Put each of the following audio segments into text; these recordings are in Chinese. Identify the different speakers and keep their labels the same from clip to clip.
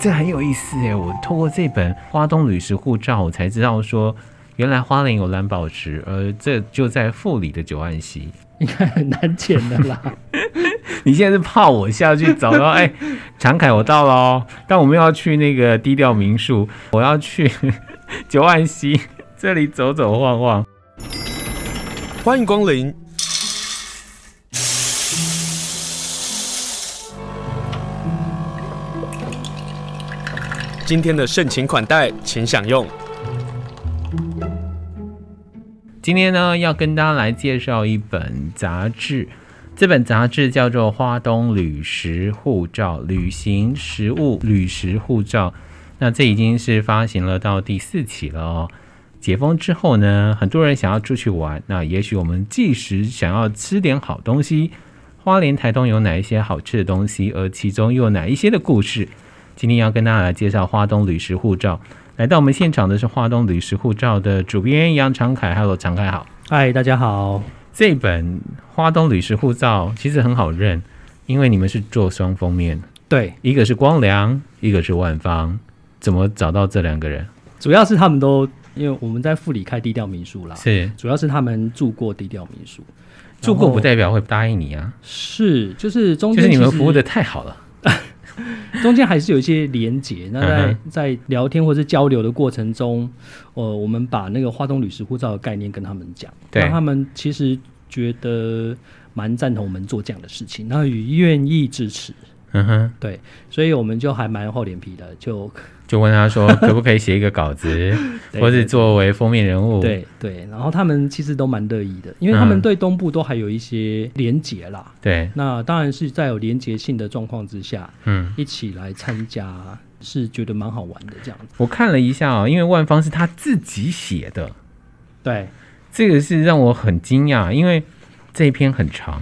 Speaker 1: 这很有意思诶，我透过这本《花东旅食护照》，我才知道说，原来花莲有蓝宝石，而这就在富里的九岸溪。
Speaker 2: 应 该很难捡的啦。
Speaker 1: 你现在是怕我下去找到？哎，常凯，我到了哦，但我们要去那个低调民宿，我要去 九岸溪这里走走晃晃。
Speaker 3: 欢迎光临，今天的盛情款待，请享用。
Speaker 1: 今天呢，要跟大家来介绍一本杂志，这本杂志叫做《花东旅食护照》，旅行食物旅食护照。那这已经是发行了到第四期了哦。解封之后呢，很多人想要出去玩，那也许我们即使想要吃点好东西，花莲、台东有哪一些好吃的东西，而其中又有哪一些的故事？今天要跟大家来介绍花东旅食护照。来到我们现场的是花东旅食护照的主编杨长凯，Hello，长凯好。
Speaker 2: 嗨，大家好，
Speaker 1: 这本花东旅食护照其实很好认，因为你们是做双封面，
Speaker 2: 对，
Speaker 1: 一个是光良，一个是万芳，怎么找到这两个人？
Speaker 2: 主要是他们都因为我们在富里开低调民宿啦，
Speaker 1: 是
Speaker 2: 主要是他们住过低调民宿，
Speaker 1: 啊住过
Speaker 2: 然后
Speaker 1: 不代表会答应你啊，
Speaker 2: 是就是中
Speaker 1: 就
Speaker 2: 间
Speaker 1: 是你们
Speaker 2: 其实
Speaker 1: 服务的太好了。
Speaker 2: 中间还是有一些连结。那在、
Speaker 1: 嗯
Speaker 2: 在聊天或是交流的过程中，呃，我们把那个花东旅食护照的概念跟他们讲，
Speaker 1: 对
Speaker 2: 让他们其实觉得蛮赞同我们做这样的事情，然后也愿意支持。
Speaker 1: 嗯哼，
Speaker 2: 对，所以我们就还蛮厚脸皮的，就
Speaker 1: 就问他说可不可以写一个稿子，
Speaker 2: 对
Speaker 1: 或是作为封面人物。，
Speaker 2: 对对，然后他们其实都蛮乐意的，因为他
Speaker 1: 嗯
Speaker 2: 们对东部都还有一些连结啦。
Speaker 1: 对，
Speaker 2: 那当然是在有连结性的状况之下，
Speaker 1: 嗯，
Speaker 2: 一起来参加是觉得蛮好玩的这样子。
Speaker 1: 我看了一下哦，因为万芳是他自己写的，
Speaker 2: 对，
Speaker 1: 这个是让我很惊讶，因为这一篇很长，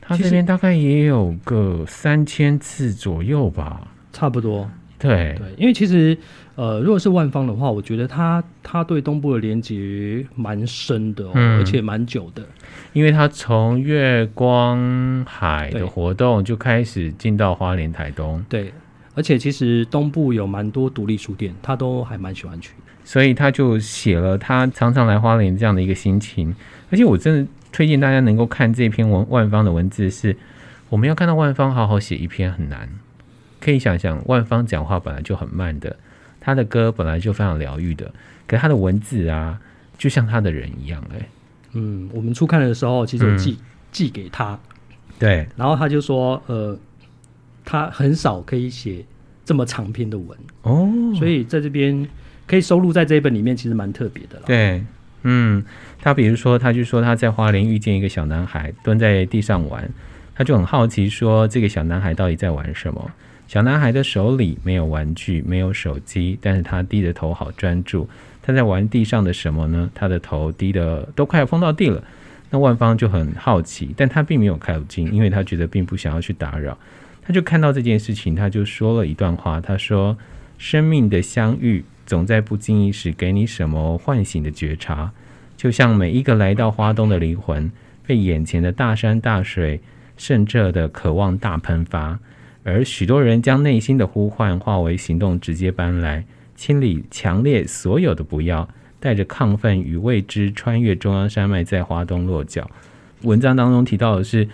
Speaker 1: 他
Speaker 2: 其
Speaker 1: 这
Speaker 2: 实
Speaker 1: 边大概也有个三千字左右吧。
Speaker 2: 差不多。
Speaker 1: 对，
Speaker 2: 对，因为其实呃，如果是万方的话，我觉得他他对东部的连结蛮深的、哦，
Speaker 1: 嗯
Speaker 2: 而且蛮久的。
Speaker 1: 因为他从月光海的
Speaker 2: 对
Speaker 1: 活动就开始进到花莲台东，
Speaker 2: 对，而且其实东部有蛮多独立书店，他都还蛮喜欢去的。
Speaker 1: 所以他就写了他常常来花莲这样的一个心情。而且我真的推荐大家能够看这篇文万方的文字是，我们要看到万方好好写一篇很难。可以想想，万方讲话本来就很慢的，他的歌本来就非常疗愈的，可是他的文字啊，就像他的人一样、欸，哎，
Speaker 2: 嗯，我们初看的时候，其实我
Speaker 1: 嗯
Speaker 2: 寄、寄给他，
Speaker 1: 对，
Speaker 2: 然后他就说，呃，他很少可以写这么长篇的文，
Speaker 1: 哦，
Speaker 2: 所以在这边可以收录在这一本里面，其实蛮特别的啦。
Speaker 1: 对，嗯，他比如说，他就说他在花莲遇见一个小男孩蹲在地上玩，他就很好奇说这个小男孩到底在玩什么。小男孩的手里没有玩具，没有手机，但是他低着头好专注。他在玩地上的什么呢？他的头低的都快要碰到地了。那万芳就很好奇，但他并没有靠近，因为他觉得并不想要去打扰。他就看到这件事情，他就说了一段话，他说：“生命的相遇，总在不经意时给你什么唤醒的觉察，就像每一个来到花东的灵魂，被眼前的大山大水甚至的渴望大喷发，而许多人将内心的呼唤化为行动，直接搬来，清理强烈所有的不要，带着亢奋与未知，穿越中央山脉，在花东落脚。文章当中提到的是，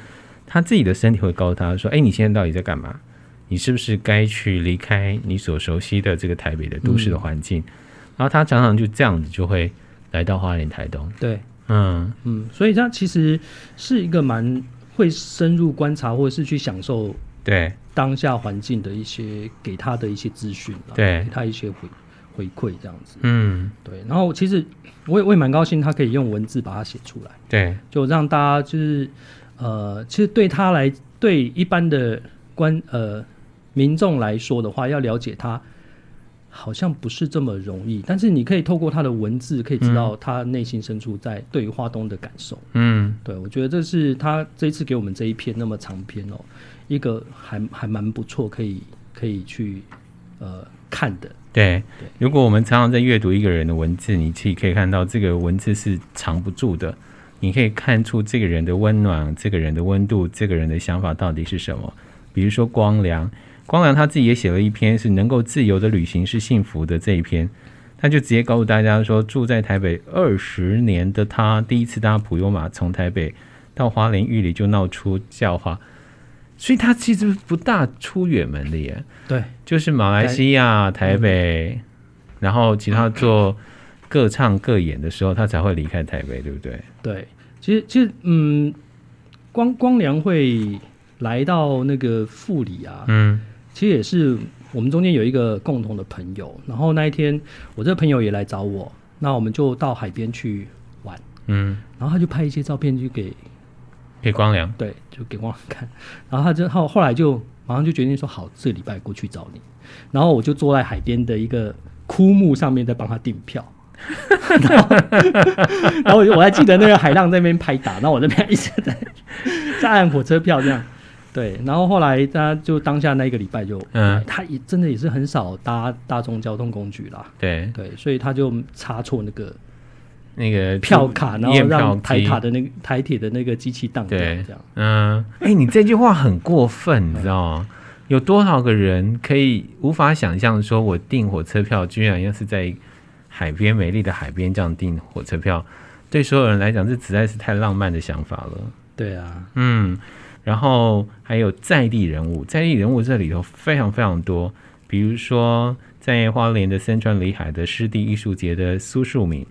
Speaker 1: 他自己的身体会告诉他说：“哎，你现在到底在干嘛？”你是不是该去离开你所熟悉的这个台北的都市的环境？然后他常常就这样子就会来到花莲台东，
Speaker 2: 对，
Speaker 1: 嗯，
Speaker 2: 嗯，所以他其实是一个蛮会深入观察，或者是去享受
Speaker 1: 对
Speaker 2: 当下环境的一些给他的一些资讯啦，
Speaker 1: 对
Speaker 2: 给他一些回回馈这样子。
Speaker 1: 嗯，
Speaker 2: 对，然后其实我也我也蛮高兴，他可以用文字把它写出来。
Speaker 1: 对，
Speaker 2: 就让大家就是呃，其实对他来对一般的观呃民众来说的话，要了解他好像不是这么容易，但是你可以透过他的文字，可以知道他内心深处在对于花东的感受。
Speaker 1: 嗯，
Speaker 2: 对我觉得这是他这一次给我们这一篇那么长篇哦，一个还还蛮不错，可以可以去呃看的。
Speaker 1: 对
Speaker 2: 对。
Speaker 1: 如果我们常常在阅读一个人的文字，你自己可以看到这个文字是藏不住的，你可以看出这个人的温暖、这个人的温度、这个人的想法到底是什么。比如说光良，光良他自己也写了一篇是能够自由的旅行是幸福的这一篇，他就直接告诉大家说，住在台北二十年的他，第一次搭普悠玛从台北到花莲玉里就闹出笑话，所以他其实不大出远门的耶，
Speaker 2: 对，
Speaker 1: 就是马来西亚、台嗯北，然后其他做各唱各演的时候，他才会离开台北，对不对？
Speaker 2: 对，其实其实嗯，光光良会来到那个富里啊，
Speaker 1: 嗯
Speaker 2: 其实也是我们中间有一个共同的朋友，然后那一天我这个朋友也来找我，那我们就到海边去玩，
Speaker 1: 嗯，
Speaker 2: 然后他就拍一些照片就给
Speaker 1: 给光良，
Speaker 2: 对，就给光良看，然后他就后后来就马上就决定说好，这礼拜过去找你，然后我就坐在海边的一个枯木上面在帮他订票。然后，然后我还记得那个海浪在那边拍打，然后我这边一直在在按火车票这样，对。然后后来他就当下那一个礼拜就，
Speaker 1: 嗯
Speaker 2: 他也真的也是很少搭大众交通工具啦，
Speaker 1: 对，
Speaker 2: 对，所以他就插错那个
Speaker 1: 那个
Speaker 2: 票卡，然后
Speaker 1: 嗯验票
Speaker 2: 让台
Speaker 1: 机
Speaker 2: 卡的那个台铁的那个机器当掉，
Speaker 1: 对
Speaker 2: 这样。，
Speaker 1: 嗯，哎、你这句话很过分，你知道吗？有多少个人可以无法想象，说我订火车票居然要是在海边美丽的海边这样订火车票，对所有人来讲，这实在是太浪漫的想法了。
Speaker 2: 对啊，
Speaker 1: 嗯，然后还有在地人物，在地人物这里头非常非常多，比如说在花莲的森川里海的湿地艺术节的苏树敏，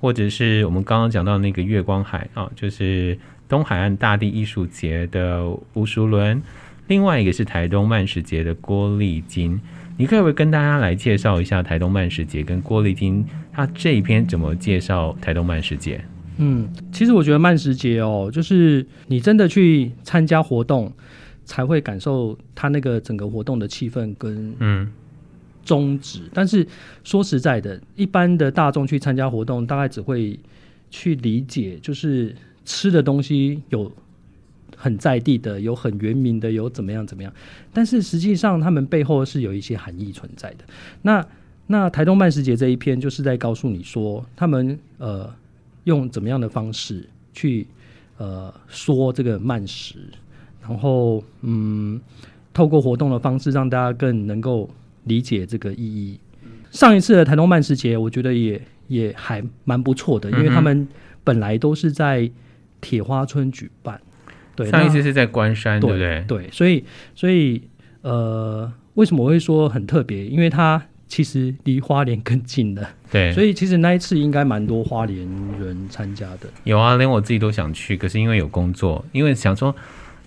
Speaker 1: 或者是我们刚刚讲到那个月光海啊，就是东海岸大地艺术节的吴淑伦，另外一个是台东慢食节的郭丽金。你可不可以跟大家来介绍一下台东慢食节跟郭丽金他这一篇怎么介绍台东慢食节？
Speaker 2: 嗯，其实我觉得慢时节哦，就是你真的去参加活动，才会感受它那个整个活动的气氛跟
Speaker 1: 嗯
Speaker 2: 宗旨。但是说实在的，一般的大众去参加活动，大概只会去理解，就是吃的东西有很在地的，有很原民的，有怎么样怎么样。但是实际上，他们背后是有一些含义存在的。那那台东慢食节这一篇，就是在告诉你说，他们呃用怎么样的方式去呃说这个慢食，然后嗯，透过活动的方式，让大家更能够理解这个意义。上一次的台东慢食节，我觉得也也还蛮不错的，因为
Speaker 1: 嗯哼
Speaker 2: 他们本来都是在铁花村举办，对，
Speaker 1: 上一
Speaker 2: 那
Speaker 1: 次是在关山，对不对？
Speaker 2: 对，所以所以呃，为什么我会说很特别？因为它其实离花莲更近的，
Speaker 1: 对，
Speaker 2: 所以其实那一次应该蛮多花莲人参加的。
Speaker 1: 有啊，连我自己都想去，可是因为有工作，因为想说，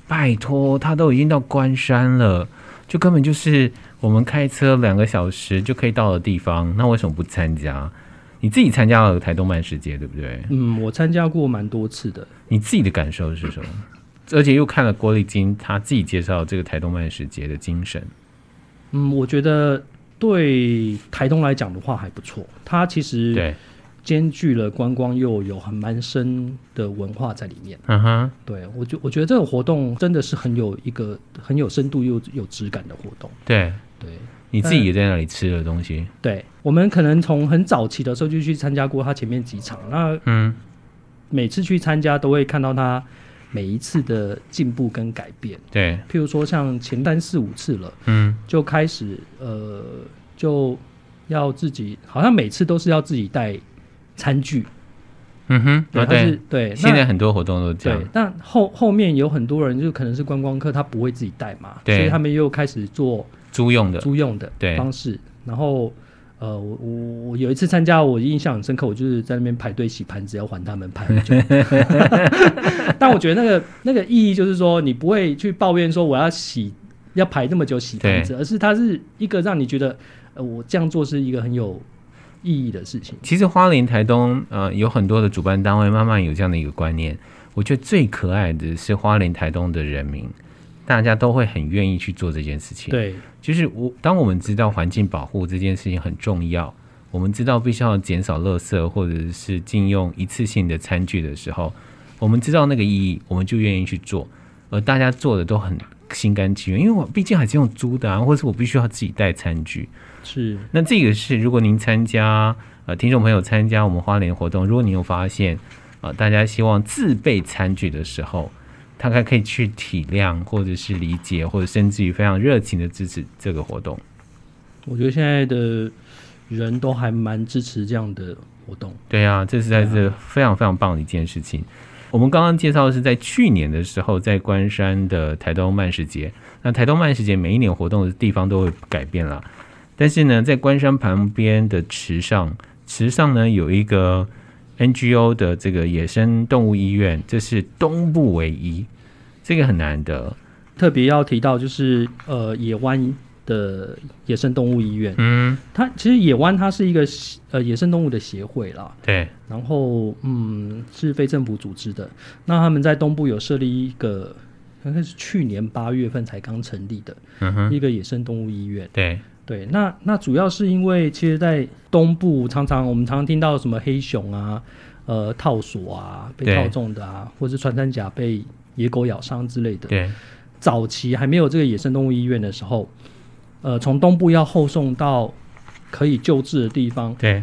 Speaker 1: 拜托，他都已经到关山了，就根本就是我们开车两个小时就可以到的地方，那为什么不参加？你自己参加了台动漫世界，对不对？
Speaker 2: 嗯，我参加过蛮多次的。
Speaker 1: 你自己的感受是什么？而且又看了郭丽金他自己介绍这个台动漫世界的精神，
Speaker 2: 嗯，我觉得对台东来讲的话还不错，它其实
Speaker 1: 对，
Speaker 2: 兼具了观光又有很蛮深的文化在里面。
Speaker 1: 嗯哼，
Speaker 2: 对我觉我觉得这个活动真的是很有一个很有深度又有质感的活动。
Speaker 1: 对，
Speaker 2: 对。
Speaker 1: 你自己也在那里吃了东西，
Speaker 2: 对，我们可能从很早期的时候就去参加过他前面几场，那
Speaker 1: 嗯，
Speaker 2: 每次去参加都会看到他每一次的进步跟改变。
Speaker 1: 对，
Speaker 2: 譬如说像前三四五次了，
Speaker 1: 嗯，
Speaker 2: 就开始呃就要自己，好像每次都是要自己带餐具，
Speaker 1: 嗯哼，啊
Speaker 2: 但是
Speaker 1: 对，
Speaker 2: 对，
Speaker 1: 现在
Speaker 2: 那
Speaker 1: 很多活动都这
Speaker 2: 对
Speaker 1: 样，，
Speaker 2: 但后后面有很多人就可能是观光客，他不会自己带嘛，
Speaker 1: 对
Speaker 2: 所以他们又开始做
Speaker 1: 租用的，
Speaker 2: 租用的
Speaker 1: 对
Speaker 2: 方式。然后，呃，我我我有一次参加，我印象很深刻，我就是在那边排队洗盘子，要还他们排很 久。 但我觉得那个那个意义就是说，你不会去抱怨说我要洗要排那么久洗盘子，而是它是一个让你觉得，呃，我这样做是一个很有意义的事情。
Speaker 1: 其实花莲、台东，呃，有很多的主办单位慢慢有这样的一个观念。我觉得最可爱的是花莲、台东的人民，大家都会很愿意去做这件事情。，
Speaker 2: 对
Speaker 1: 就是我当我们知道环境保护这件事情很重要，我们知道必须要减少垃圾或者是禁用一次性的餐具的时候，我们知道那个意义，我们就愿意去做。而大家做的都很心甘情愿，因为我毕竟还是用租的啊，或者是我必须要自己带餐具。
Speaker 2: 是，
Speaker 1: 那这个是，如果您参加呃听众朋友参加我们花莲活动，如果您有发现呃大家希望自备餐具的时候，大概可以去体谅，或者是理解，或者甚至于非常热情的支持这个活动。
Speaker 2: 我觉得现在的人都还蛮支持这样的活动。
Speaker 1: 对啊，这实在是非常非常棒的一件事情。我们刚刚介绍的是在去年的时候，在关山的台东漫食节。那台东漫食节每一年活动的地方都会改变啦，但是呢，在关山旁边的池上，池上呢有一个 NGO 的这个野生动物医院，这是东部唯一，这个很难得。
Speaker 2: 特别要提到就是呃，野湾的野生动物医院，
Speaker 1: 嗯，
Speaker 2: 它其实野湾它是一个呃野生动物的协会啦，
Speaker 1: 对，
Speaker 2: 然后嗯是非政府组织的。那他们在东部有设立一个，应该是去年八月份才刚成立的、
Speaker 1: 嗯哼，
Speaker 2: 一个野生动物医院。
Speaker 1: 对，
Speaker 2: 对，那那主要是因为其实，在东部常常我们常常听到什么黑熊啊、呃套索啊被
Speaker 1: 对
Speaker 2: 套中的啊，或是穿山甲被野狗咬伤之类的。
Speaker 1: 对，
Speaker 2: 早期还没有这个野生动物医院的时候，呃，从东部要后送到可以救治的地方，
Speaker 1: 对，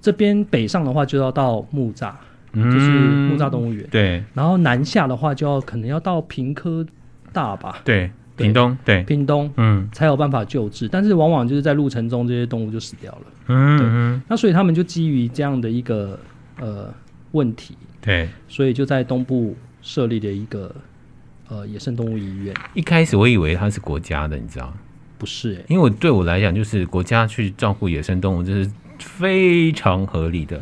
Speaker 2: 这边北上的话就要到木栅，
Speaker 1: 嗯
Speaker 2: 就是木栅动物园，
Speaker 1: 对
Speaker 2: 然后南下的话就要可能要到屏科大吧，
Speaker 1: 对，
Speaker 2: 对
Speaker 1: 屏东，对，
Speaker 2: 屏东
Speaker 1: 嗯
Speaker 2: 才有办法救治，但是往往就是在路程中这些动物就死掉了。
Speaker 1: 嗯嗯，
Speaker 2: 那所以他们就基于这样的一个呃问题，
Speaker 1: 对。
Speaker 2: 所以就在东部设立了一个呃野生动物医院，
Speaker 1: 一开始我以为它是国家的，你知道吗。
Speaker 2: 不是、欸？
Speaker 1: 因为我对我来讲，就是国家去照顾野生动物，这是非常合理的。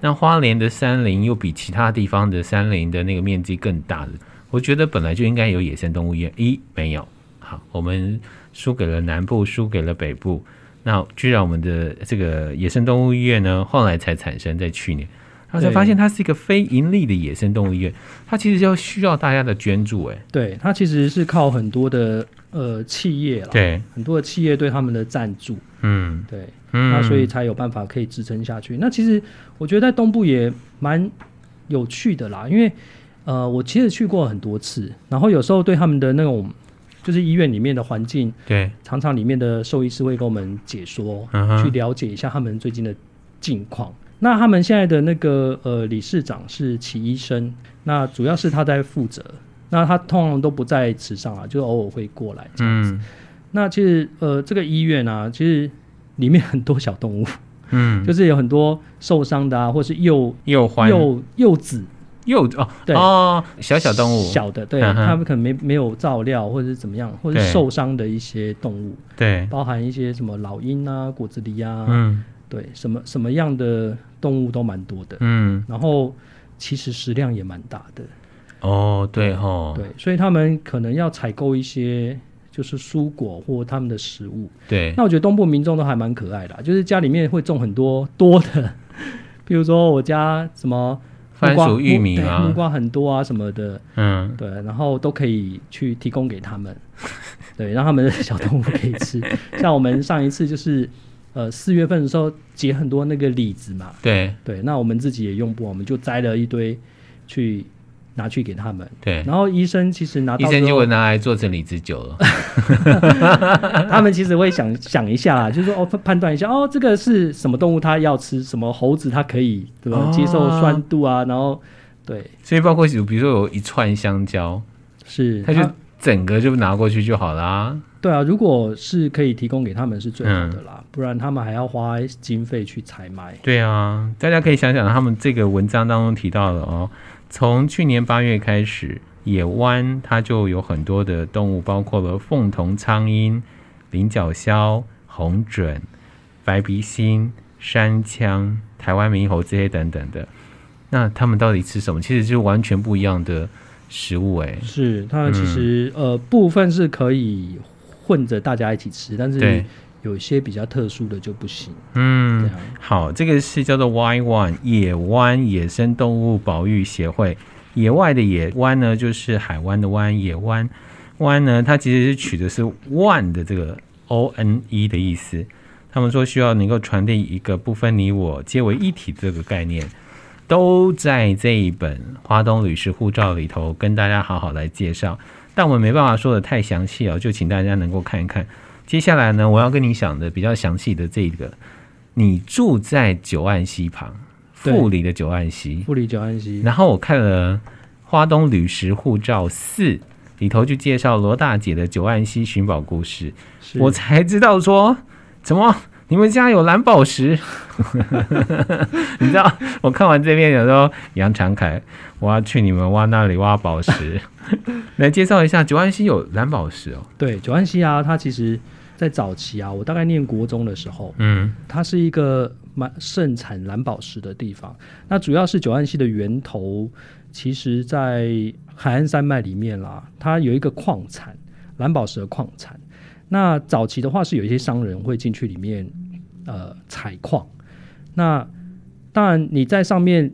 Speaker 1: 那花莲的山林又比其他地方的山林的那个面积更大的，我觉得本来就应该有野生动物园，一没有。好，我们输给了南部，输给了北部，那居然我们的这个野生动物医院呢，后来才产生在去年，然后才
Speaker 2: 对
Speaker 1: 发现它是一个非盈利的野生动物医院，它其实要需要大家的捐助、欸，哎，
Speaker 2: 对，它其实是靠很多的呃企业啦，
Speaker 1: 对，
Speaker 2: 很多的企业对他们的赞助，
Speaker 1: 嗯
Speaker 2: 对，
Speaker 1: 嗯，
Speaker 2: 那所以才有办法可以支撑下去。那其实我觉得在东部也蛮有趣的啦，因为呃我其实去过很多次，然后有时候对他们的那种就是医院里面的环境，
Speaker 1: 对，
Speaker 2: 常常里面的兽医师会跟我们解说，
Speaker 1: 嗯哼
Speaker 2: 去了解一下他们最近的近况。那他们现在的那个呃理事长是齐医生，那主要是他在负责。那他通常都不在池上啊，就偶尔会过来这样子。
Speaker 1: 嗯
Speaker 2: 那其实呃这个医院啊，其实里面很多小动物，
Speaker 1: 嗯，
Speaker 2: 就是有很多受伤的啊，或是幼
Speaker 1: 又欢
Speaker 2: 幼幼子
Speaker 1: 幼哦，
Speaker 2: 对
Speaker 1: 哦，小小动物，
Speaker 2: 小的，对、
Speaker 1: 嗯哼
Speaker 2: 他们可能没没有照料或者是怎么样，或者
Speaker 1: 对
Speaker 2: 是受伤的一些动物，
Speaker 1: 对，
Speaker 2: 包含一些什么老鹰啊、果子狸啊，
Speaker 1: 嗯
Speaker 2: 对，什么什么样的动物都蛮多的，
Speaker 1: 嗯，
Speaker 2: 然后其实食量也蛮大的，
Speaker 1: 哦，对吼，
Speaker 2: 对，所以他们可能要采购一些就是蔬果或他们的食物。
Speaker 1: 对
Speaker 2: 那我觉得东部民众都还蛮可爱的啊、就是家里面会种很多多的， 比如说我家什么木
Speaker 1: 番
Speaker 2: 瓜
Speaker 1: 薯、玉米
Speaker 2: 木对木
Speaker 1: 啊，
Speaker 2: 瓜很多啊什么的，
Speaker 1: 嗯，
Speaker 2: 对，然后都可以去提供给他们，对，让他们的小动物可以吃。像我们上一次就是。呃，四月份的时候结很多那个李子嘛，
Speaker 1: 对
Speaker 2: 对，那我们自己也用不完，我们就摘了一堆去拿去给他们。
Speaker 1: 对，
Speaker 2: 然后医生其实拿
Speaker 1: 嗯医
Speaker 2: 到
Speaker 1: 生
Speaker 2: 之
Speaker 1: 就
Speaker 2: 后
Speaker 1: 会，拿来做成李子酒了，
Speaker 2: 他们其实会想想一下啦，就是说哦判判断一下哦，这个是什么动物它要吃，什么猴子它可以对吧、
Speaker 1: 哦
Speaker 2: 接受酸度啊，然后对
Speaker 1: 所以包括有比如说有一串香蕉，
Speaker 2: 是
Speaker 1: 他
Speaker 2: 它
Speaker 1: 就整个就拿过去就好啦。
Speaker 2: 对啊，如果是可以提供给他们是最好
Speaker 1: 嗯
Speaker 2: 的啦，不然他们还要花经费去采买。
Speaker 1: 对啊，大家可以想想他们这个文章当中提到的哦，从去年八月开始，野湾它就有很多的动物，包括了凤头苍鹰、菱角鸮、红隼、白鼻心、山枪、台湾猕猴这些等等的。那他们到底吃什么？其实就是完全不一样的食物哎、
Speaker 2: 是，它其实、
Speaker 1: 嗯
Speaker 2: 呃部分是可以混着大家一起吃，但是
Speaker 1: 对
Speaker 2: 有一些比较特殊的就不行。
Speaker 1: 嗯
Speaker 2: 这，样
Speaker 1: 好，这个是叫做 Y One 野湾野生动物保育协会。野外的野湾呢，就是海湾的湾，野湾湾呢，它其实是取的是 one 的这个 O N E 的意思。他们说需要能够传递一个不分你我皆为一体的这个概念，都在这一本花东旅师护照里头跟大家好好来介绍。但我们没办法说的太详细哦，就请大家能够看一看。接下来呢，我要跟你讲的比较详细的这个，你住在九岸溪旁，
Speaker 2: 对
Speaker 1: 富里的九岸溪。
Speaker 2: 富里九安溪，
Speaker 1: 然后我看了花东旅食护照四》里头去介绍罗大姐的九岸溪寻宝故事，
Speaker 2: 是
Speaker 1: 我才知道说怎么。你们家有蓝宝石？ 你知道，我看完这篇有时候杨长凯，我要去你们挖那里挖宝石。来介绍一下九安溪有蓝宝石哦。
Speaker 2: 对九安溪啊，它其实在早期啊，我大概念国中的时候，
Speaker 1: 嗯
Speaker 2: 它是一个蛮盛产蓝宝石的地方。那主要是九安溪的源头，其实在海岸山脉里面啦，它有一个矿产，蓝宝石的矿产。那早期的话是有一些商人会进去里面呃采矿。那当然你在上面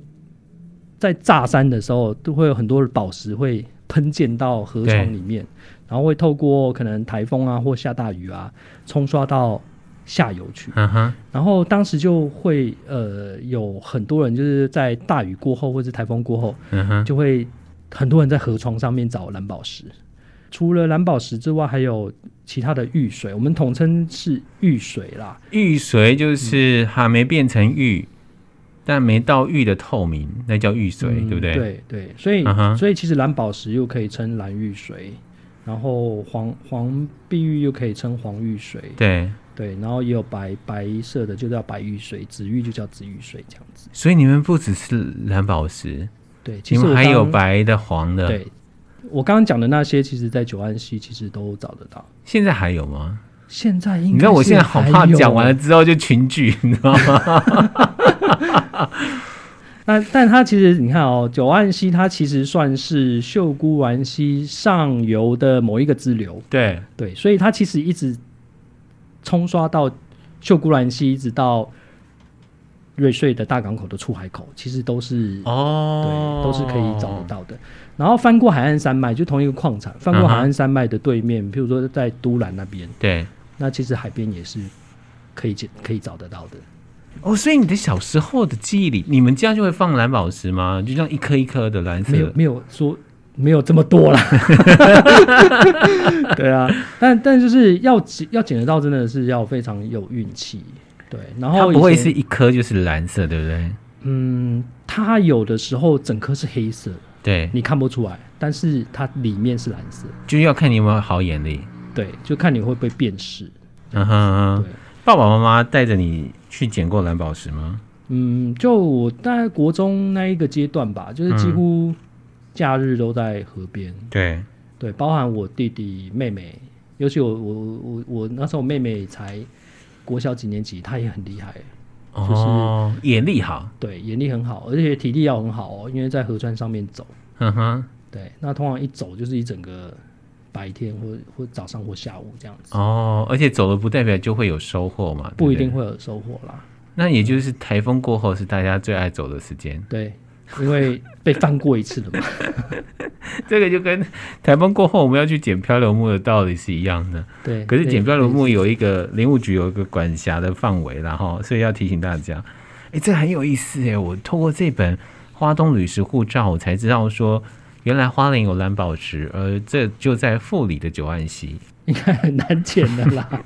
Speaker 2: 在炸山的时候，都会有很多的宝石会喷溅到河床里面，然后会透过可能台风啊或下大雨啊冲刷到下游去。
Speaker 1: 嗯哼，
Speaker 2: 然后当时就会呃有很多人就是在大雨过后或者台风过后，
Speaker 1: 嗯哼，
Speaker 2: 就会很多人在河床上面找蓝宝石。除了蓝宝石之外，还有其他的玉水，我们统称是玉水啦。
Speaker 1: 玉髓就是还没变成玉，但没到玉的透明，那叫玉髓，
Speaker 2: 嗯
Speaker 1: 对不对？，
Speaker 2: 对对，所以、
Speaker 1: 嗯哼
Speaker 2: 所以其实蓝宝石又可以称蓝玉水，然后黄黄碧玉又可以称黄玉水，
Speaker 1: 对，
Speaker 2: 对，然后也有白白色的就叫白玉水，紫玉就叫紫玉水这样子。
Speaker 1: 所以你们不只是蓝宝石，
Speaker 2: 对，其
Speaker 1: 你
Speaker 2: 实
Speaker 1: 们
Speaker 2: 我
Speaker 1: 还有
Speaker 2: 刚
Speaker 1: 白的、黄的。，
Speaker 2: 对，我刚刚讲的那些，其实在九安溪其实都找得到。
Speaker 1: 现在还有吗？
Speaker 2: 现在应该
Speaker 1: 你知道我现在好怕
Speaker 2: 是还有啊
Speaker 1: 讲完了，之后就群聚，你知道吗？
Speaker 2: 那但它其实你看哦，九安溪它其实算是秀姑湾溪上游的某一个支流，
Speaker 1: 对，
Speaker 2: 对，所以它其实一直冲刷到秀姑兰溪，一直到瑞穗的大港口的出海口，其实都是
Speaker 1: 哦
Speaker 2: 对，，都是可以找得。到的。然后翻过海岸山脉，就同一个矿场，
Speaker 1: 嗯
Speaker 2: 翻过海岸山脉的对面，譬如说在都兰那边，
Speaker 1: 对，
Speaker 2: 那其实海边也是可以捡、可以找得到的。
Speaker 1: 哦，所以你的小时候的记忆里，你们家就会放蓝宝石吗？就这样一颗一颗的蓝色
Speaker 2: 没有没有说没有这么多 啦，对啊，但但就是要捡要捡得到，真的是要非常有运气。对，然
Speaker 1: 它
Speaker 2: 后
Speaker 1: 不会
Speaker 2: 以前
Speaker 1: 是一颗就是蓝色，对不对？
Speaker 2: 嗯，它有的时候整颗是黑色，
Speaker 1: 对，
Speaker 2: 你看不出来，但是它里面是蓝色。
Speaker 1: 就要看你有没有好眼力。
Speaker 2: 对，就看你会不会辨识。
Speaker 1: 嗯哼嗯
Speaker 2: 对
Speaker 1: 哼，，爸爸妈妈带着你去捡过蓝宝石吗？
Speaker 2: 嗯，就我大概国中那一个阶段吧，就是
Speaker 1: 嗯
Speaker 2: 几乎假日都在河边。
Speaker 1: 对，
Speaker 2: 对，包含我弟弟妹妹，尤其我我我我那时候我妹妹才国小几年级，她也很厉害，
Speaker 1: 哦，眼力好。
Speaker 2: 对，眼力很好，而且体力要很好哦，因为在河川上面走，
Speaker 1: 嗯哼，
Speaker 2: 对，那通常一走就是一整个白天或或早上或下午这样子，
Speaker 1: 哦，而且走了不代表就会有收获嘛，
Speaker 2: 不一
Speaker 1: 对
Speaker 2: 定
Speaker 1: 对。
Speaker 2: 会有收获啦，
Speaker 1: 那也就是台风过后是大家最爱走的时间，
Speaker 2: 对，因为被翻过一次了嘛，
Speaker 1: 这个就跟台风过后我们要去捡漂流木的道理是一样的。
Speaker 2: 对。
Speaker 1: 可是
Speaker 2: 对
Speaker 1: 捡漂流木有一个林务局有一个管辖的范围啦，哈，所以要提醒大家，哎、这很有意思哎，我透过这本《花东旅食护照》，我才知道说。原来花莲有蓝宝石，而这就在富里的九岸溪。
Speaker 2: 应该很难捡的 啦，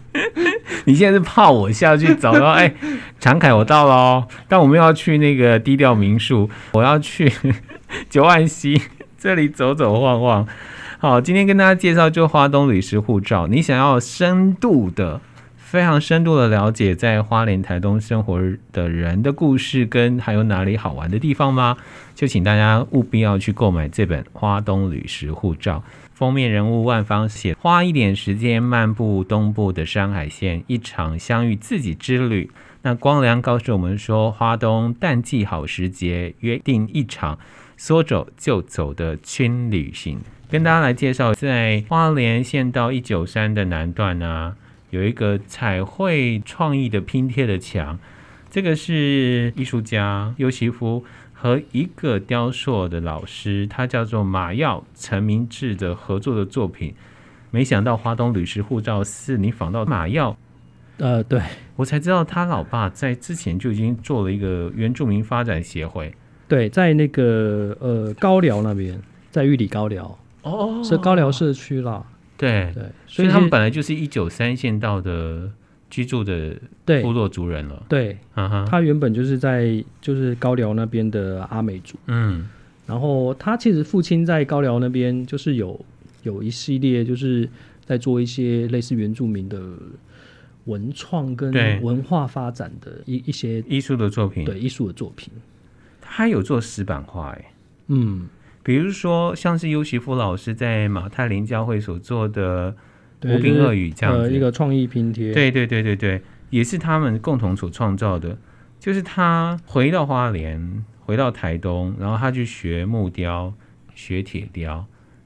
Speaker 1: 你现在是怕我下去找到？哎，常凯，我到了哦，但我们要去那个低调民宿，我要去 九岸溪这里走走晃晃。好，今天跟大家介绍就花东旅食护照，你想要深度的、非常深度的了解在花莲、台东生活的人的故事，跟还有哪里好玩的地方吗？就请大家务必要去购买这本《花东旅食护照》。封面人物万芳写：花一点时间漫步东部的山海线，一场相遇自己之旅。那光良告诉我们说，花东淡季好时节，约定一场说走就走的轻旅行。跟大家来介绍，在花莲县道一九三的南段呢、有一个彩绘创意的拼贴的墙，这个是艺术家尤西夫和一个雕塑的老师，他叫做马耀陈明志的合作的作品。没想到华东旅食护照四，你访到马耀，
Speaker 2: 呃，对，
Speaker 1: 我才知道他老爸在之前就已经做了一个原住民发展协会。
Speaker 2: 对，在那个呃高寮那边，在玉里高寮
Speaker 1: 哦
Speaker 2: 是高寮社区啦，
Speaker 1: 对，
Speaker 2: 对，
Speaker 1: 所
Speaker 2: 所以
Speaker 1: 以他们
Speaker 2: 是
Speaker 1: 本来就是一九三县道的居住的
Speaker 2: 对
Speaker 1: 部落族人了。
Speaker 2: 对，
Speaker 1: 嗯哼，
Speaker 2: 他原本就是在就是高寮那边的阿美族，
Speaker 1: 嗯，
Speaker 2: 然后他其实父亲在高寮那边就是有有一系列就是在做一些类似原住民的文创跟
Speaker 1: 对
Speaker 2: 文化发展的一一些
Speaker 1: 艺术的作品，
Speaker 2: 对艺术的作品。
Speaker 1: 他还有做石板画哎。
Speaker 2: 嗯，
Speaker 1: 比如说，像是优媳夫老师在马太林教会所做的
Speaker 2: 对
Speaker 1: 无
Speaker 2: 就是
Speaker 1: 冰鳄语这样
Speaker 2: 呃
Speaker 1: 子，
Speaker 2: 一个创意拼贴。，
Speaker 1: 对对对对对，也是他们共同所创造的。就是他回到花莲，回到台东，然后他去学木雕、学铁雕，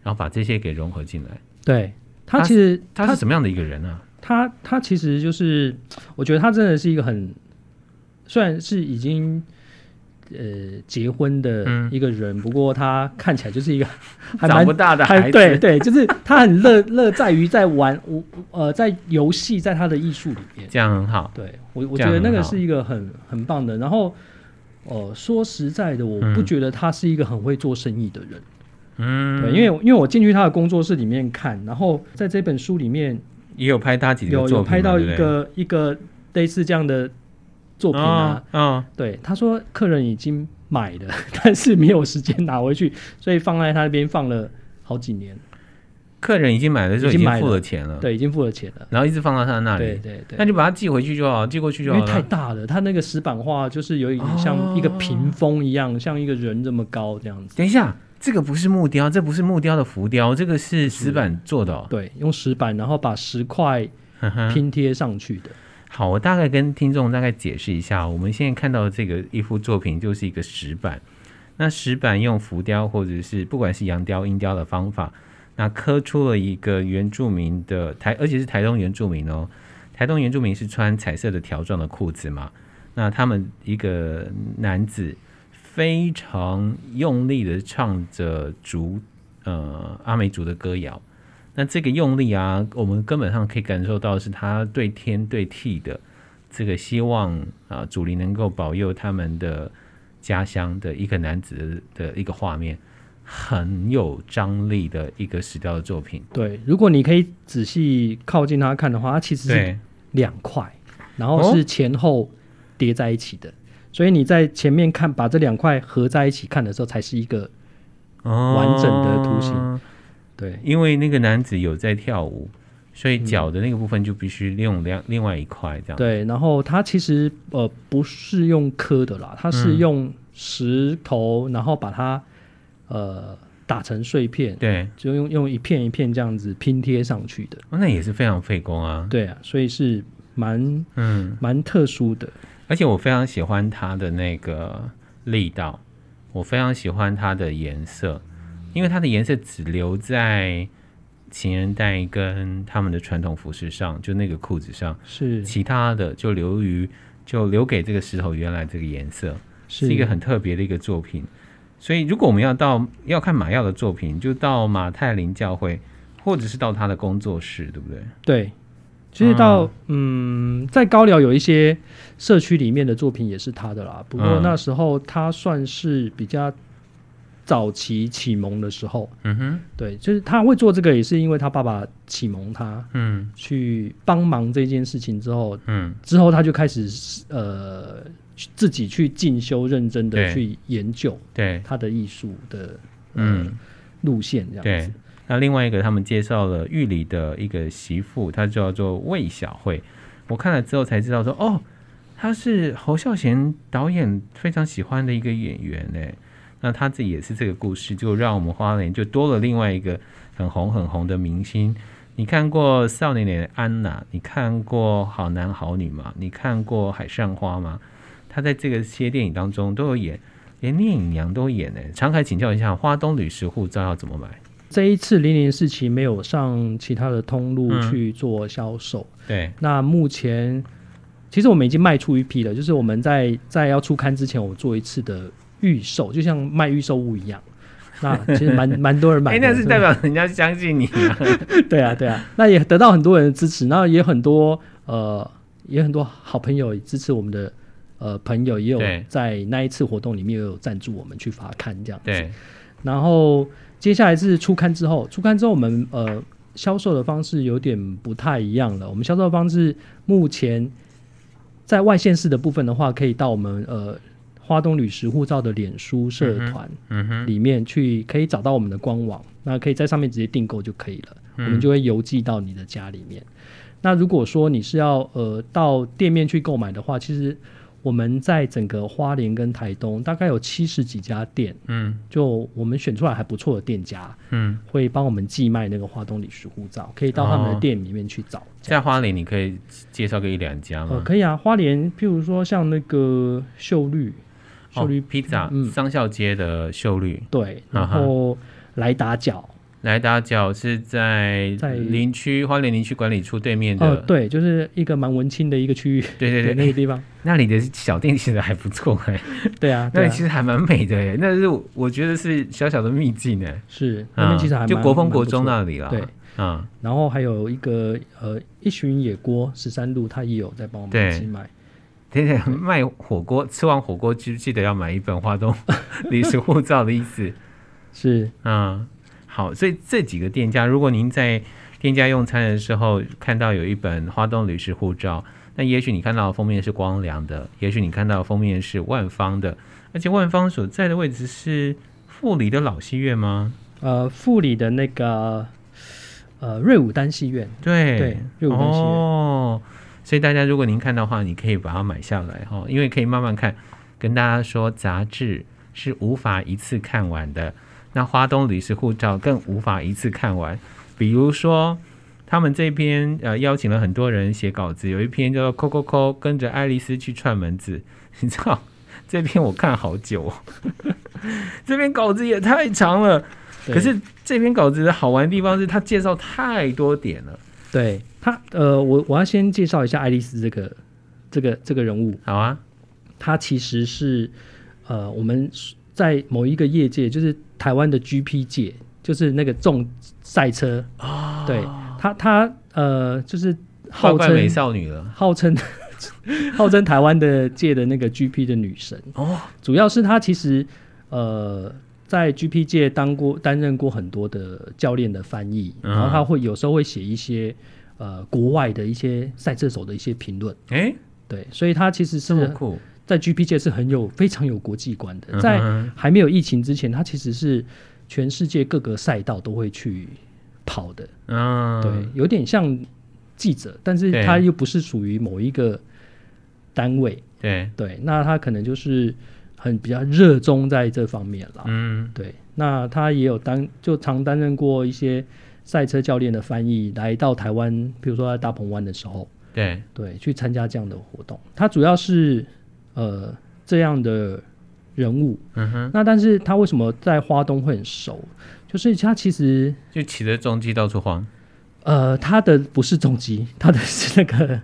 Speaker 1: 然后把这些给融合进来。
Speaker 2: 对他
Speaker 1: 他
Speaker 2: 其实
Speaker 1: 他是什么样的一个人啊？
Speaker 2: 他他其实就是，我觉得他真的是一个很，虽然是已经呃结婚的
Speaker 1: 嗯
Speaker 2: 一个人，不过他看起来就是一个还
Speaker 1: 长
Speaker 2: 蛮
Speaker 1: 不大的孩
Speaker 2: 还
Speaker 1: 子，
Speaker 2: 对对，就是他很乐乐在于在玩我呃在游戏，在他的艺术里面。
Speaker 1: 这样很好。
Speaker 2: 对我我
Speaker 1: 这样
Speaker 2: 觉得那
Speaker 1: 很
Speaker 2: 个
Speaker 1: 好
Speaker 2: 是一个很很棒的。然后呃说实在的，我不
Speaker 1: 嗯
Speaker 2: 觉得他是一个很会做生意的人。
Speaker 1: 嗯，
Speaker 2: 对，因为因为我进去他的工作室里面看，然后在这本书里面。
Speaker 1: 也有拍他几个
Speaker 2: 有
Speaker 1: 作品嘛，
Speaker 2: 有拍到
Speaker 1: 对不对
Speaker 2: 一个一个类似这样的作品啊。，
Speaker 1: 嗯、哦
Speaker 2: 对，他说客人已经买了， 但是没有时间拿回去，所以放在他那边放了好几年。
Speaker 1: 客人已经买了之后
Speaker 2: 已经买
Speaker 1: 付
Speaker 2: 了
Speaker 1: 了钱了，，
Speaker 2: 对，已经付了钱了。
Speaker 1: 然后一直放到嗯他那
Speaker 2: 对
Speaker 1: 里，
Speaker 2: 对
Speaker 1: 那
Speaker 2: 对，
Speaker 1: 就把它寄回去就好，寄过去
Speaker 2: 因
Speaker 1: 就
Speaker 2: 为
Speaker 1: 好
Speaker 2: 太
Speaker 1: 了。
Speaker 2: 大了，他那个石板画就是有一点
Speaker 1: 哦
Speaker 2: 像一个屏风一样，像一个人这么高这样子。
Speaker 1: 等一下，这个不是木雕，这不是木雕的浮雕，这个是石板做的、哦。
Speaker 2: 对，用石板，然后把石块
Speaker 1: 哼哼
Speaker 2: 拼贴上去的。
Speaker 1: 好，我大概跟听众大概解释一下，我们现在看到的这个一幅作品就是一个石板，那石板用浮雕或者是不管是阳雕、阴雕的方法，那刻出了一个原住民的台，而且是台东原住民哦，台东原住民是穿彩色的条状的裤子嘛，那他们一个男子非常用力的唱着竹呃阿美族的歌谣。那这个用力啊，我们根本上可以感受到是他对天对地的这个希望啊，主灵能够保佑他们的家乡的一个男子的一个画面，很有张力的一个石雕的作品。
Speaker 2: 对，如果你可以仔细靠近它看的话，它其实是
Speaker 1: 对，
Speaker 2: 两块，然后是前后叠在一起的，所以你在前面看把这两块合在一起看的时候，才是一个
Speaker 1: 哦
Speaker 2: 完整的图形。对
Speaker 1: 因为那个男子有在跳舞，所以脚的那个部分就必须用另另外一块这样。
Speaker 2: 对。然后它其实呃不是用磕的啦，它是用石头，然后把它呃打成碎片，
Speaker 1: 对、
Speaker 2: 就用用一片一片这样子拼贴上去的。
Speaker 1: 哦那也是非常费工啊。
Speaker 2: 对啊，所以是蛮
Speaker 1: 嗯。
Speaker 2: 蛮特殊的。
Speaker 1: 而且我非常喜欢它的那个力道，我非常喜欢它的颜色，因为它的颜色只留在情人带跟他们的传统服饰上，就那个裤子上，
Speaker 2: 是
Speaker 1: 其他的就留于就留给这个石头原来这个颜色，
Speaker 2: 是
Speaker 1: 是一个很特别的一个作品。所以，如果我们要到要看马耀的作品，就到马太林教会，或者是到他的工作室，对不对？
Speaker 2: 对，其实到嗯在高寮有一些社区里面的作品也是他的啦。不过
Speaker 1: 嗯
Speaker 2: 那时候他算是比较早期启蒙的时候，
Speaker 1: 嗯哼，
Speaker 2: 对，就是他会做这个，也是因为他爸爸启蒙他
Speaker 1: 嗯
Speaker 2: 去帮忙这件事情之后，
Speaker 1: 嗯，
Speaker 2: 之后他就开始呃自己去进修，认真
Speaker 1: 对
Speaker 2: 的去研究
Speaker 1: 对，
Speaker 2: 他的艺术的嗯、
Speaker 1: 嗯。
Speaker 2: 路线这样
Speaker 1: 对
Speaker 2: 子。，
Speaker 1: 那另外一个他们介绍了玉里的一个媳妇，她叫做魏小慧。我看了之后才知道说，哦，她是侯孝贤导演非常喜欢的一个演员呢。那她这也是这个故事，就让我们花莲就多了另外一个很红很红的明星。你看过《少年的安娜》？你看过《好男好女》吗？你看过《海上花》吗？她在这个些电影当中都有演，连聂隐娘都演呢。常凯请教一下，花东旅食护照要怎么买？
Speaker 2: 这一次零零四期没有上其他的通路
Speaker 1: 嗯
Speaker 2: 去做销售，
Speaker 1: 对，
Speaker 2: 那目前其实我们已经卖出一批了，就是我们在在要出刊之前，我做一次的预售，就像卖预售物一样。那 其实蛮蛮多人买
Speaker 1: 哎、
Speaker 2: 的，
Speaker 1: 那是
Speaker 2: 对
Speaker 1: 代表人家相信你、啊。
Speaker 2: 对啊对啊，那也得到很多人的支持，那也很多呃也很多好朋友支持我们的呃朋友，也有
Speaker 1: 对
Speaker 2: 在那一次活动里面也有赞助我们去发刊这样子。
Speaker 1: 对，
Speaker 2: 然后接下来是出刊之后，出刊之后我们呃销售的方式有点不太一样了。我们销售的方式目前在外县市的部分的话，可以到我们呃花东旅食护照的脸书社团
Speaker 1: 嗯哼，
Speaker 2: 里面去，可以找到我们的官网，那可以在上面直接订购就可以了，我
Speaker 1: 嗯
Speaker 2: 们就会邮寄到你的家里面。那如果说你是要呃到店面去购买的话，其实我们在整个花莲跟台东大概有七十几家店，
Speaker 1: 嗯
Speaker 2: 就我们选出来还不错的店家，
Speaker 1: 嗯，
Speaker 2: 会帮我们寄卖那个花东旅食护照，可以到他们
Speaker 1: 哦
Speaker 2: 的店里面去找。这
Speaker 1: 在
Speaker 2: 样
Speaker 1: 花莲你可以介绍个一两家
Speaker 2: 呃，
Speaker 1: 吗？哦
Speaker 2: 可以啊，花莲，譬如说像那个秀绿，秀
Speaker 1: 哦
Speaker 2: 绿、
Speaker 1: ，pizza
Speaker 2: 嗯
Speaker 1: 商校街的秀绿，
Speaker 2: 对，
Speaker 1: 啊
Speaker 2: 然
Speaker 1: 哈
Speaker 2: 后来打角，
Speaker 1: 来打搅是在
Speaker 2: 在
Speaker 1: 林区花莲林区管理处对面的，
Speaker 2: 呃，对，就是一个蛮文青的一个区域，
Speaker 1: 对对对
Speaker 2: 对那个地方，
Speaker 1: 那里的小店其实还不错哎、
Speaker 2: 对啊，
Speaker 1: 那
Speaker 2: 对
Speaker 1: 里
Speaker 2: 啊
Speaker 1: 其，实还蛮美的哎、那是我我觉得是小小的秘境哎、
Speaker 2: 是那
Speaker 1: 嗯，
Speaker 2: 边其实还蛮
Speaker 1: 就国风国中
Speaker 2: 蛮
Speaker 1: 那里啦，
Speaker 2: 不
Speaker 1: 嗯
Speaker 2: 错对，不错然后还有一个呃，一群野锅十三路，它也有在帮我
Speaker 1: 对
Speaker 2: 们寄卖，
Speaker 1: 天天卖火锅，吃完火锅记记得要买一本花东 历史护照的意思。
Speaker 2: 是
Speaker 1: 嗯，好，所以这几个店家，如果您在店家用餐的时候看到有一本花东旅史护照，那也许你看到的封面是光良的，也许你看到的封面是万方的，而且万方所在的位置是富里的老戏院吗？
Speaker 2: 呃，富里的那个呃瑞武丹戏院，
Speaker 1: 对
Speaker 2: 对瑞武丹戏院
Speaker 1: 哦，所以大家如果您看到的话，你可以把它买下来哈、哦，因为可以慢慢看。跟大家说，杂志是无法一次看完的，那花东旅食护照更无法一次看完。比如说，他们这边呃邀请了很多人写稿子，有一篇叫做《扣扣扣》，跟着爱丽丝去串门子， 你知道。这篇我看好久、 哦，这篇稿子也太长了。
Speaker 2: 对
Speaker 1: 可是这篇稿子的好玩的地方是，它介绍太多点了。
Speaker 2: 对他呃，我我要先介绍一下爱丽丝这个这个这个人物，
Speaker 1: 好啊，
Speaker 2: 它其实是呃，我们在某一个业界，就是台湾的 GP 界，就是那个重赛车，
Speaker 1: 啊
Speaker 2: 对它它呃，就是
Speaker 1: 怪
Speaker 2: 号
Speaker 1: 怪美
Speaker 2: 称
Speaker 1: 少女了。
Speaker 2: 号称 号称台湾的界的那个 GP 的女神，
Speaker 1: 哦，
Speaker 2: 主要是她其实呃。在 GP 界当过担任过很多的教练的翻译，
Speaker 1: 嗯
Speaker 2: 然后她会有时候会写一些呃国外的一些赛车手的一些评论，
Speaker 1: 哎，
Speaker 2: 对，所以她其实
Speaker 1: 这么
Speaker 2: 是
Speaker 1: 酷，
Speaker 2: 在 GP 界是很有非常有国际观的，
Speaker 1: 嗯
Speaker 2: 在
Speaker 1: 哼
Speaker 2: 还没有疫情之前，它其实是全世界各个赛道都会去跑的，
Speaker 1: 嗯，
Speaker 2: 对，有点像记者，但是
Speaker 1: 对
Speaker 2: 它又不是属于某一个单位，
Speaker 1: 对，
Speaker 2: 对，那它可能就是很比较热衷在这方面啦，
Speaker 1: 嗯
Speaker 2: 对，那他也有担就常担任过一些赛车教练的翻译，来到台湾，比如说在大鹏湾的时候，
Speaker 1: 对，
Speaker 2: 对，去参加这样的活动。他主要是呃这样的人物。
Speaker 1: 嗯哼，
Speaker 2: 那但是他为什么在花东会很熟？就是他其实
Speaker 1: 就骑着重机到处晃，
Speaker 2: 呃他的不是重机，他的是那个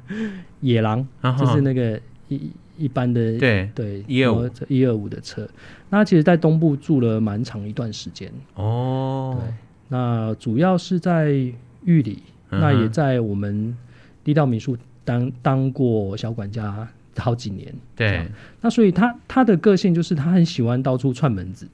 Speaker 2: 野狼，
Speaker 1: 然后
Speaker 2: 就是那个一一般的
Speaker 1: 啊对，
Speaker 2: 对
Speaker 1: 125
Speaker 2: 一二五的车。那他其实，在东部住了蛮长一段时间。
Speaker 1: 哦，
Speaker 2: 那主要是在玉里，
Speaker 1: 嗯哼
Speaker 2: 那也在我们地道民宿当当过小管家好几年。这
Speaker 1: 对
Speaker 2: 样，那所以他他的个性就是他很喜欢到处串门子。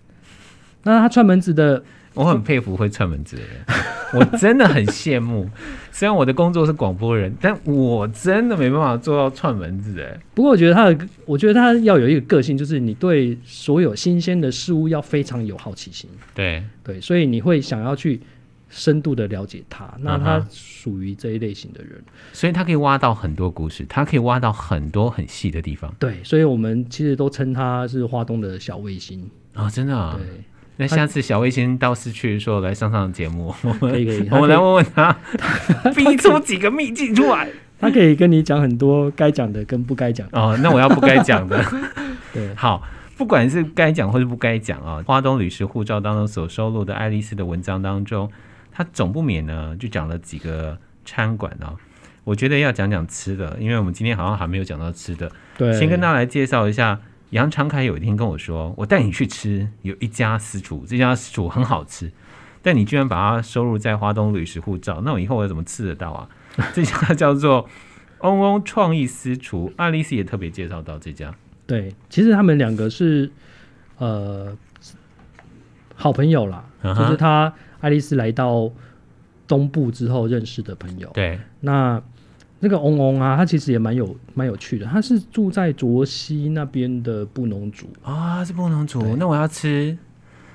Speaker 2: 那他串门子的，
Speaker 1: 我很佩服会串门子的人， 我真的很羡慕。虽然我的工作是广播人，但我真的没办法做到串门子哎。
Speaker 2: 不过我觉得他的，我觉得他要有一个个性，就是你对所有新鲜的事物要非常有好奇心，
Speaker 1: 对，
Speaker 2: 对，所以你会想要去深度的了解他。那
Speaker 1: 嗯
Speaker 2: 他
Speaker 1: 哼
Speaker 2: 属于这一类型的人，
Speaker 1: 所以他可以挖到很多故事，他可以挖到很多很细的地方
Speaker 2: 对，所以我们其实都称他是花东的小卫星，
Speaker 1: 哦，真的、啊。
Speaker 2: 对，
Speaker 1: 那下次小卫星到市区的时候来上上节目，我
Speaker 2: 可以
Speaker 1: 们
Speaker 2: 可以，
Speaker 1: 我们来
Speaker 2: 他可以
Speaker 1: 问问他，逼出几个秘境出来。
Speaker 2: 他可以跟你讲很多该讲的跟不该讲的，
Speaker 1: 哦，那我要不该讲 的。
Speaker 2: 对，
Speaker 1: 好，不管是该讲或是不该讲啊，花东旅食护照当中所收录的爱丽丝的文章当中，她总不免呢就讲了几个餐馆啊。我觉得要讲讲吃的，因为我们今天好像还没有讲到吃的。
Speaker 2: 对，
Speaker 1: 先跟大家来介绍一下，杨长凯有一天跟我说，我带你去吃有一家私厨，这家私厨很好吃，但你居然把它收录在花东旅食护照，那我以后我怎么吃得到啊？ 这家叫做嗡嗡创意私厨，爱丽丝也特别介绍到这家，
Speaker 2: 对，其实他们两个是呃好朋友啦
Speaker 1: 嗯哼
Speaker 2: 就是他爱丽丝来到东部之后认识的朋友。
Speaker 1: 对，
Speaker 2: 那那个嗡嗡啊，他其实也蛮有蛮有趣的。他是住在卓西那边的布农族。
Speaker 1: 啊，是不能煮，
Speaker 2: 对
Speaker 1: 那我要吃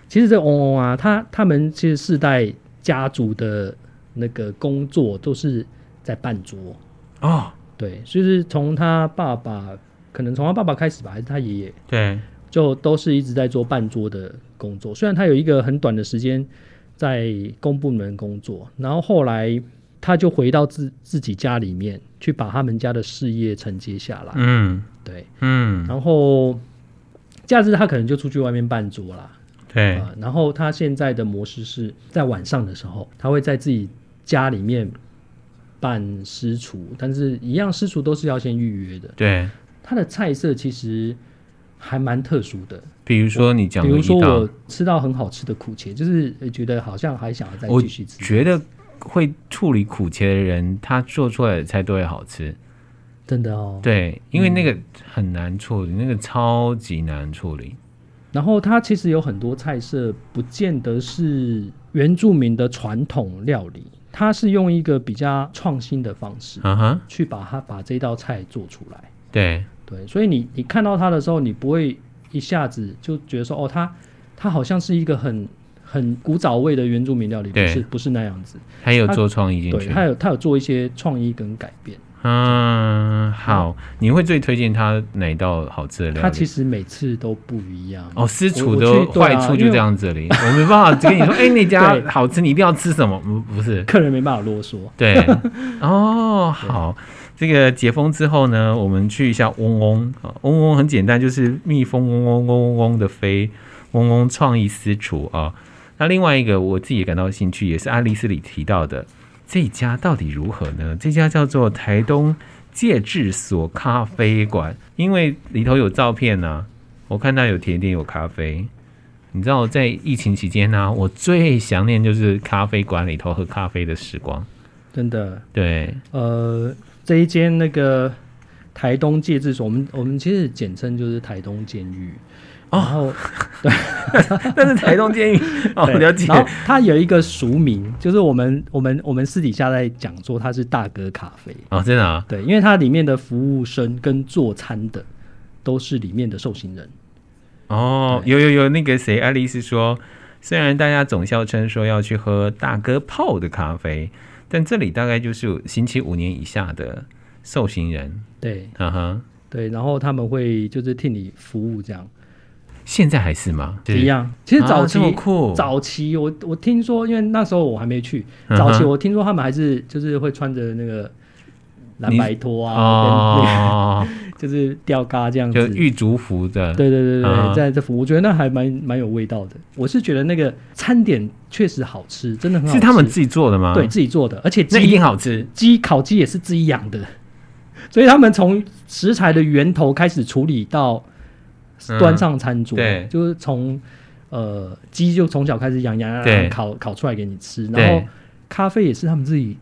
Speaker 2: 其实这嗡嗡啊，他他们其实世代家族的那个工作都是在办桌，
Speaker 1: 哦，
Speaker 2: 对，就是从他爸爸，可能从他爸爸开始吧，还是他爷爷，
Speaker 1: 对，
Speaker 2: 就都是一直在做办桌的工作。虽然他有一个很短的时间在公部门工作，然后后来他就回到自自己家里面去把他们家的事业承接下来。
Speaker 1: 嗯
Speaker 2: 对，
Speaker 1: 嗯，
Speaker 2: 然后假日他可能就出去外面办桌啦。
Speaker 1: 对，
Speaker 2: 啊，然后他现在的模式是在晚上的时候，他会在自己家里面办私厨，但是一样私厨都是要先预约的。
Speaker 1: 对，
Speaker 2: 他的菜色其实还蛮特殊的，
Speaker 1: 比如说你讲
Speaker 2: 比
Speaker 1: 的
Speaker 2: 如说
Speaker 1: 一道
Speaker 2: 我，吃到很好吃的苦茄，就是呃觉得好像还想要再
Speaker 1: 我
Speaker 2: 继续吃，
Speaker 1: 觉得会处理苦茄的人，他做出来的菜都会好吃。
Speaker 2: 真的哦。
Speaker 1: 对，因为那个很难处理，那个超级难处理。
Speaker 2: 然后它其实有很多菜色，不见得是原住民的传统料理，它是用一个比较创新的方式
Speaker 1: 嗯哼，
Speaker 2: 去把它把这道菜做出来。
Speaker 1: 对，
Speaker 2: 对，所以你你看到它的时候，你不会一下子就觉得说，哦，它它好像是一个很很古早味的原住民料理，不
Speaker 1: 对
Speaker 2: 是不是那样子。
Speaker 1: 他有做创意进
Speaker 2: 对，
Speaker 1: 去。
Speaker 2: 它有它有做一些创意跟改变。
Speaker 1: 嗯，好，你会最推荐他哪一道好吃的料理？
Speaker 2: 它其实每次都不一样。
Speaker 1: 哦，私
Speaker 2: 我
Speaker 1: 厨
Speaker 2: 我
Speaker 1: 的
Speaker 2: 去对
Speaker 1: 坏
Speaker 2: 啊
Speaker 1: 处
Speaker 2: 因
Speaker 1: 就
Speaker 2: 为
Speaker 1: 这样子里，我没办法 跟你说，哎，那家
Speaker 2: 对
Speaker 1: 好吃，你一定要吃什么？嗯不是，
Speaker 2: 客人没办法啰嗦。
Speaker 1: 对，哦，好，这个解封之后呢，我们去一下嗡嗡啊，嗡嗡很简单，就是蜜蜂嗡嗡嗡嗡嗡的飞，嗡嗡创意私厨啊。那另外一个我自己也感到兴趣，也是爱丽丝里提到的，这一家到底如何呢？这家叫做台东介治所咖啡馆，因为里头有照片呢、我看到有甜点有咖啡。你知道在疫情期间呢、我最想念就是咖啡馆里头喝咖啡的时光。
Speaker 2: 真的，
Speaker 1: 对，
Speaker 2: 呃，这一间那个台东戒治所，我们我们其实简称就是台东监狱。
Speaker 1: 哦
Speaker 2: 然后，
Speaker 1: 但是台东监 狱 哦，
Speaker 2: 对
Speaker 1: 了解
Speaker 2: 然后它有一个俗名，就是我们我们我们私底下在讲说它是大哥咖啡。
Speaker 1: 哦，真的啊，
Speaker 2: 对，因为它里面的服务生跟做餐的都是里面的受刑人。
Speaker 1: 哦，有有有，那个谁，爱丽丝说，虽然大家总笑称说要去喝大哥泡的咖啡，但这里大概就是刑期五年以下的受刑人，
Speaker 2: 对
Speaker 1: 嗯哼，
Speaker 2: 对，然后他们会就是替你服务这样
Speaker 1: 现在还是吗？
Speaker 2: 一样。其实
Speaker 1: 啊
Speaker 2: 早期、
Speaker 1: 这么酷
Speaker 2: 早期我我听说，因为那时候我还没去，
Speaker 1: 嗯哼
Speaker 2: 早期我听说他们还是就是会穿着那个蓝
Speaker 1: 你
Speaker 2: 白拖啊，跟那个
Speaker 1: 哦，
Speaker 2: 就是吊嘎这样
Speaker 1: 就
Speaker 2: 子。
Speaker 1: 狱卒服的，
Speaker 2: 对对对对
Speaker 1: 啊
Speaker 2: 对，在这服务，我觉得那还蛮蛮有味道的。我是觉得那个餐点确实好吃，真的很好吃。
Speaker 1: 是他们自己做的吗？
Speaker 2: 对，自己做的，而且
Speaker 1: 那
Speaker 2: 鸡
Speaker 1: 一定好吃。
Speaker 2: 鸡烤鸡也是自己养的，所以他们从食材的源头开始处理到端上餐桌，
Speaker 1: 嗯对
Speaker 2: 就是从呃鸡就从小开始养养养
Speaker 1: 对
Speaker 2: 养烤烤出来给你吃，然
Speaker 1: 对
Speaker 2: 后咖啡也是他们自己，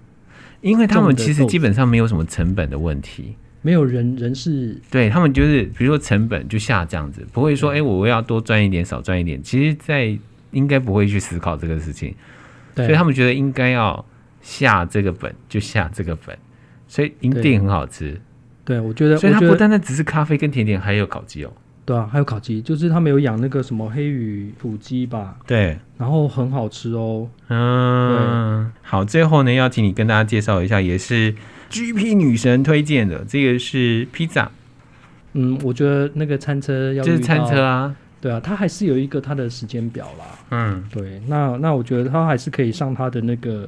Speaker 1: 因为他们
Speaker 2: 种的
Speaker 1: 其实
Speaker 2: 豆
Speaker 1: 基本上没有什么成本的问题，
Speaker 2: 没有人人事
Speaker 1: 对他们就是，比如说成本就下这样子，不会说哎、诶我要多赚一点，少赚一点。其实，在应该不会去思考这个事情，
Speaker 2: 对
Speaker 1: 所以他们觉得应该要下这个本就下这个本，所以一
Speaker 2: 对
Speaker 1: 定很好吃。
Speaker 2: 对我觉得
Speaker 1: 所以它
Speaker 2: 我
Speaker 1: 不
Speaker 2: 觉得
Speaker 1: 单单只是咖啡跟甜点，还有烤鸡哦。
Speaker 2: 对啊，还有烤鸡，就是他们有养那个什么黑羽土鸡吧，
Speaker 1: 对，
Speaker 2: 然后很好吃哦，
Speaker 1: 嗯，啊好，最后呢，要请你跟大家介绍一下，也是 GP 女神推荐的，这个是披萨，
Speaker 2: 嗯，我觉得那个餐车要
Speaker 1: 这是
Speaker 2: 遇
Speaker 1: 餐
Speaker 2: 到
Speaker 1: 车啊，
Speaker 2: 对啊，它还是有一个它的时间表啦。
Speaker 1: 嗯，
Speaker 2: 对，那那我觉得他还是可以上他的那个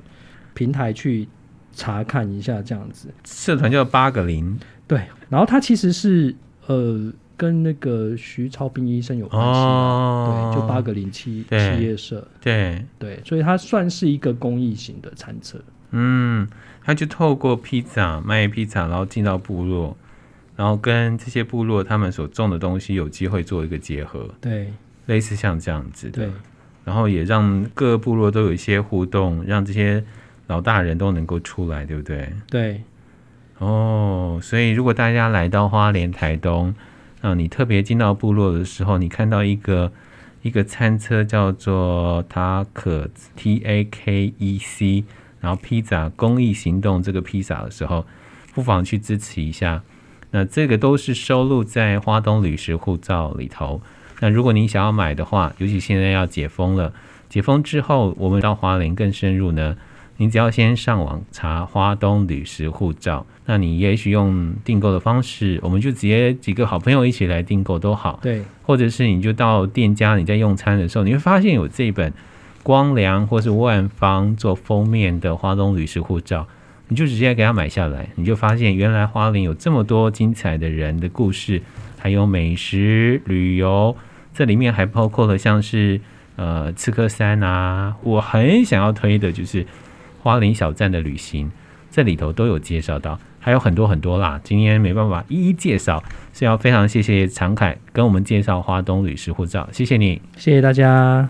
Speaker 2: 平台去查看一下这样子。
Speaker 1: 社团叫八个零
Speaker 2: 对，然后他其实是呃跟那个徐超斌医生有关系啊、
Speaker 1: 哦，
Speaker 2: 对，就八个零七企
Speaker 1: 对
Speaker 2: 业社，
Speaker 1: 对。
Speaker 2: 对，所以它算是一个公益型的餐车。
Speaker 1: 嗯，他就透过披萨卖披萨，然后进到部落，然后跟这些部落他们所种的东西有机会做一个结合，
Speaker 2: 对
Speaker 1: 类似像这样子的
Speaker 2: 对，
Speaker 1: 然后也让各个部落都有一些互动，让这些老大人都能够出来，对不对？
Speaker 2: 对，
Speaker 1: 哦，所以如果大家来到花莲台东，啊，你特别进到部落的时候，你看到一个一个餐车叫做塔可 T A K E C，然后披萨公益行动这个披萨的时候，不妨去支持一下。那这个都是收录在花东旅食护照里头。那如果您想要买的话，尤其现在要解封了，解封之后我们到花莲更深入呢，您只要先上网查花东旅食护照，那你也许用订购的方式，我们就直接几个好朋友一起来订购都好。
Speaker 2: 对，
Speaker 1: 或者是你就到店家你在用餐的时候，你会发现有这一本光良或是万芳做封面的花东旅食护照，你就直接给它买下来，你就发现原来花莲有这么多精彩的人的故事，还有美食旅游，这里面还包括了像是呃刺客山啊，我很想要推的就是花莲小站的旅行，这里头都有介绍到，还有很多很多啦，今天没办法一一介绍。是要非常谢谢常凯跟我们介绍花东旅食护照，谢谢你。
Speaker 2: 谢谢大家。